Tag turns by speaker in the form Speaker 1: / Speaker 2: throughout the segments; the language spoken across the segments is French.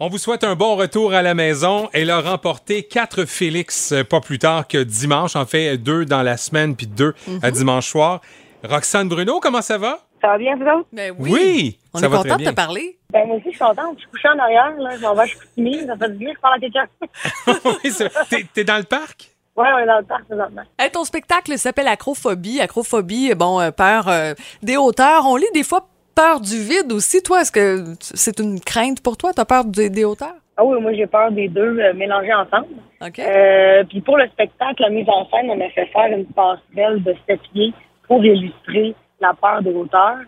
Speaker 1: On vous souhaite un bon retour à la maison. Elle a remporté quatre Félix euh, pas plus tard que dimanche. En fait, deux dans la semaine, puis deux
Speaker 2: Mhm.
Speaker 1: à dimanche soir. Roxane Bruno, comment ça va?
Speaker 3: Ça va bien, vous autres?
Speaker 2: Ben oui.
Speaker 1: Oui,
Speaker 2: On
Speaker 1: ça
Speaker 2: est
Speaker 1: va
Speaker 2: content
Speaker 1: très
Speaker 2: de
Speaker 1: bien.
Speaker 2: te parler.
Speaker 3: Ben, moi aussi, je suis contente. Je suis couchée en arrière, là. Je m'en vais à Chicoutimi. Ça fait du bien, je parle à quelqu'un.
Speaker 1: Oui, c'est- T'es- T'es dans le parc?
Speaker 3: Ouais, on est dans le parc présentement.
Speaker 2: Hey, ton spectacle s'appelle Acrophobie. Acrophobie, bon, euh, peur euh, des hauteurs. On lit des fois peur du vide aussi. Toi, est-ce que tu- c'est une crainte pour toi? T'as peur des, des hauteurs?
Speaker 3: Ah oui, moi, j'ai peur des deux euh, mélangés ensemble.
Speaker 2: OK.
Speaker 3: Euh, puis pour le spectacle, la mise en scène, on a fait faire une passerelle de sept pieds pour illustrer la peur des hauteurs.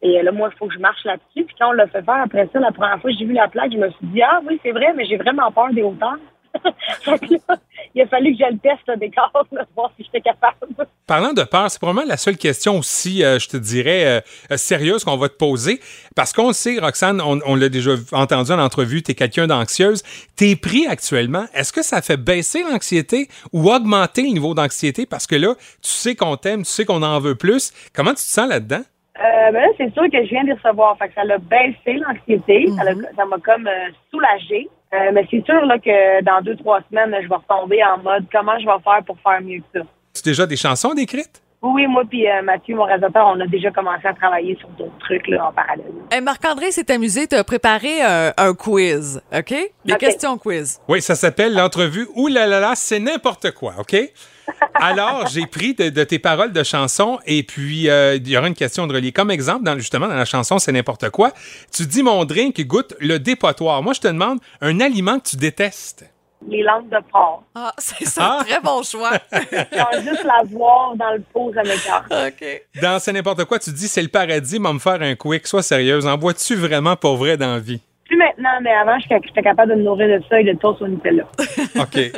Speaker 3: Et euh, là, moi, il faut que je marche là-dessus. Puis quand on l'a fait faire après ça, la première fois que j'ai vu la plaque, je me suis dit, ah oui, c'est vrai, mais j'ai vraiment peur des hauteurs. Fait que là, il a fallu que je le teste, le décor, là, voir si j'étais capable.
Speaker 1: Parlant de peur, c'est probablement la seule question aussi, euh, je te dirais, euh, euh, sérieuse qu'on va te poser. Parce qu'on le sait, Roxane, on, on l'a déjà entendu en entrevue, t'es quelqu'un d'anxieuse. Tes prix actuellement, est-ce que ça fait baisser l'anxiété ou augmenter le niveau d'anxiété? Parce que là, tu sais qu'on t'aime, tu sais qu'on en veut plus. Comment tu te sens là-dedans?
Speaker 3: Euh, ben là, c'est sûr que je viens de les recevoir. Fait que ça l'a baissé l'anxiété. Ça l'a- Ça m'a comme euh, soulagée. Euh, mais c'est sûr là, que dans deux, trois semaines, je vais retomber en mode comment je vais faire pour faire mieux que ça.
Speaker 1: Tu as déjà des chansons décrites?
Speaker 3: Oui, oui, moi puis euh, Mathieu, mon réalisateur, on a déjà commencé à travailler sur d'autres trucs là, en parallèle.
Speaker 2: Hey, Marc-André s'est amusé, t'as préparé un, un quiz. OK? Des
Speaker 3: OK.
Speaker 2: questions quiz.
Speaker 1: Oui, ça s'appelle l'entrevue Ouh là là là, c'est n'importe quoi, OK? Alors, j'ai pris de, de tes paroles de chansons et puis euh, il y aura une question de relier. Comme exemple, dans- justement, dans la chanson C'est n'importe quoi, tu dis mon drink goûte le dépotoir. Moi, je te demande un aliment que tu détestes.
Speaker 3: Les langues de porc.
Speaker 2: Ah, c'est ça.
Speaker 1: Ah.
Speaker 2: Très bon choix.
Speaker 3: Quand juste la voir dans le pot, ça m'écarte.
Speaker 2: OK.
Speaker 1: Dans C'est n'importe quoi, tu dis c'est le paradis, va me faire un quick. Sois sérieuse, en vois-tu vraiment pour vrai dans la vie?
Speaker 3: Plus maintenant, mais avant, j'étais j'étais capable de me nourrir de ça et de toast au Nutella.
Speaker 1: OK.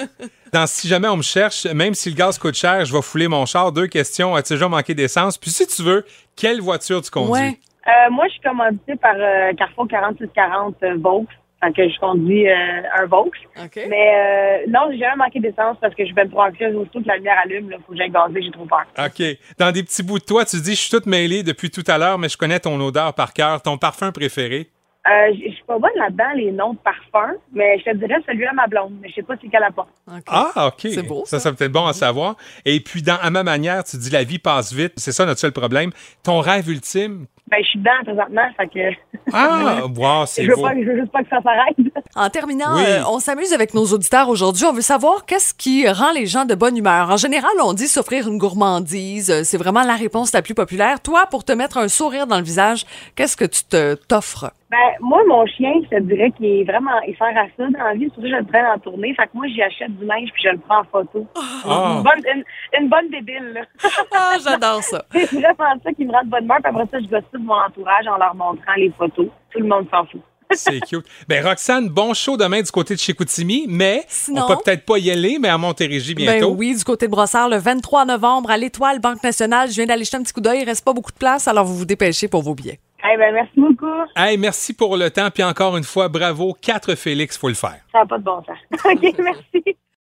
Speaker 1: Dans Si jamais on me cherche, même si le gaz coûte cher, je vais fouler mon char. Deux questions, as-tu déjà manqué d'essence? Puis si tu veux, quelle voiture tu conduis?
Speaker 2: Ouais.
Speaker 3: Euh, moi, je suis commanditée par euh, Carrefour 4640 euh, Vaux. Fait que je conduis euh, un Vaux.
Speaker 2: OK.
Speaker 3: Mais euh, non, j'ai jamais manqué d'essence parce que je vais me trop anxieuse aussitôt que la lumière allume. Il faut que j'aille gazer, j'ai trop peur.
Speaker 1: OK. Dans des petits bouts de toi, tu dis je suis toute mêlée depuis tout à l'heure, mais je connais ton odeur par cœur, ton parfum préféré.
Speaker 3: Euh, je je suis pas bonne là-dedans, les noms de parfums, mais je te dirais celui-là, ma blonde. Mais je sais pas c'est qu'elle apporte.
Speaker 2: OK.
Speaker 1: Ah, OK.
Speaker 2: C'est beau,
Speaker 1: Ça,
Speaker 2: ça. Mm-hmm.
Speaker 1: ça peut être bon à savoir. Et puis, dans À ma manière, tu dis la vie passe vite. C'est ça notre seul problème. Ton rêve ultime.
Speaker 3: Ben, je suis dedans présentement, fait que
Speaker 1: Ah, wow, c'est
Speaker 3: je veux,
Speaker 1: beau.
Speaker 3: pas, je veux juste pas que ça s'arrête.
Speaker 2: En terminant,
Speaker 1: Oui.
Speaker 2: euh, on s'amuse avec nos auditeurs aujourd'hui. On veut savoir qu'est-ce qui rend les gens de bonne humeur. En général, on dit s'offrir une gourmandise. Euh, C'est vraiment la réponse la plus populaire. Toi, pour te mettre un sourire dans le visage, qu'est-ce que tu te t'offres?
Speaker 3: Ben, moi, mon chien, je te dirais qu'il est vraiment, il sert à ça dans la vie. C'est pour ça que je le prends en tournée. Fait que moi, j'y achète du linge puis je le prends en photo.
Speaker 1: Ah.
Speaker 3: Une, bonne, une, une bonne débile, là.
Speaker 2: Ah, j'adore ça.
Speaker 3: C'est vraiment ça qui me rend de bonne humeur. Puis après ça, je gosse tout mon entourage en leur montrant les photos. Tout le monde s'en fout.
Speaker 1: C'est cute. Ben, Roxane, bon show demain du côté de Chicoutimi, mais
Speaker 2: Sinon-
Speaker 1: on peut peut-être pas y aller, mais à Montérégie bientôt.
Speaker 2: Ben oui, du côté de Brossard, le 23 novembre à l'Étoile Banque Nationale. Je viens d'aller jeter un petit coup d'œil. Il reste pas beaucoup de place, alors vous vous dépêchez pour vos billets.
Speaker 3: Eh ben, merci beaucoup.
Speaker 1: Hey, merci pour le temps. Puis encore une fois, bravo. Quatre Félix, faut le faire.
Speaker 3: Ça n'a pas de bon sens. OK, merci.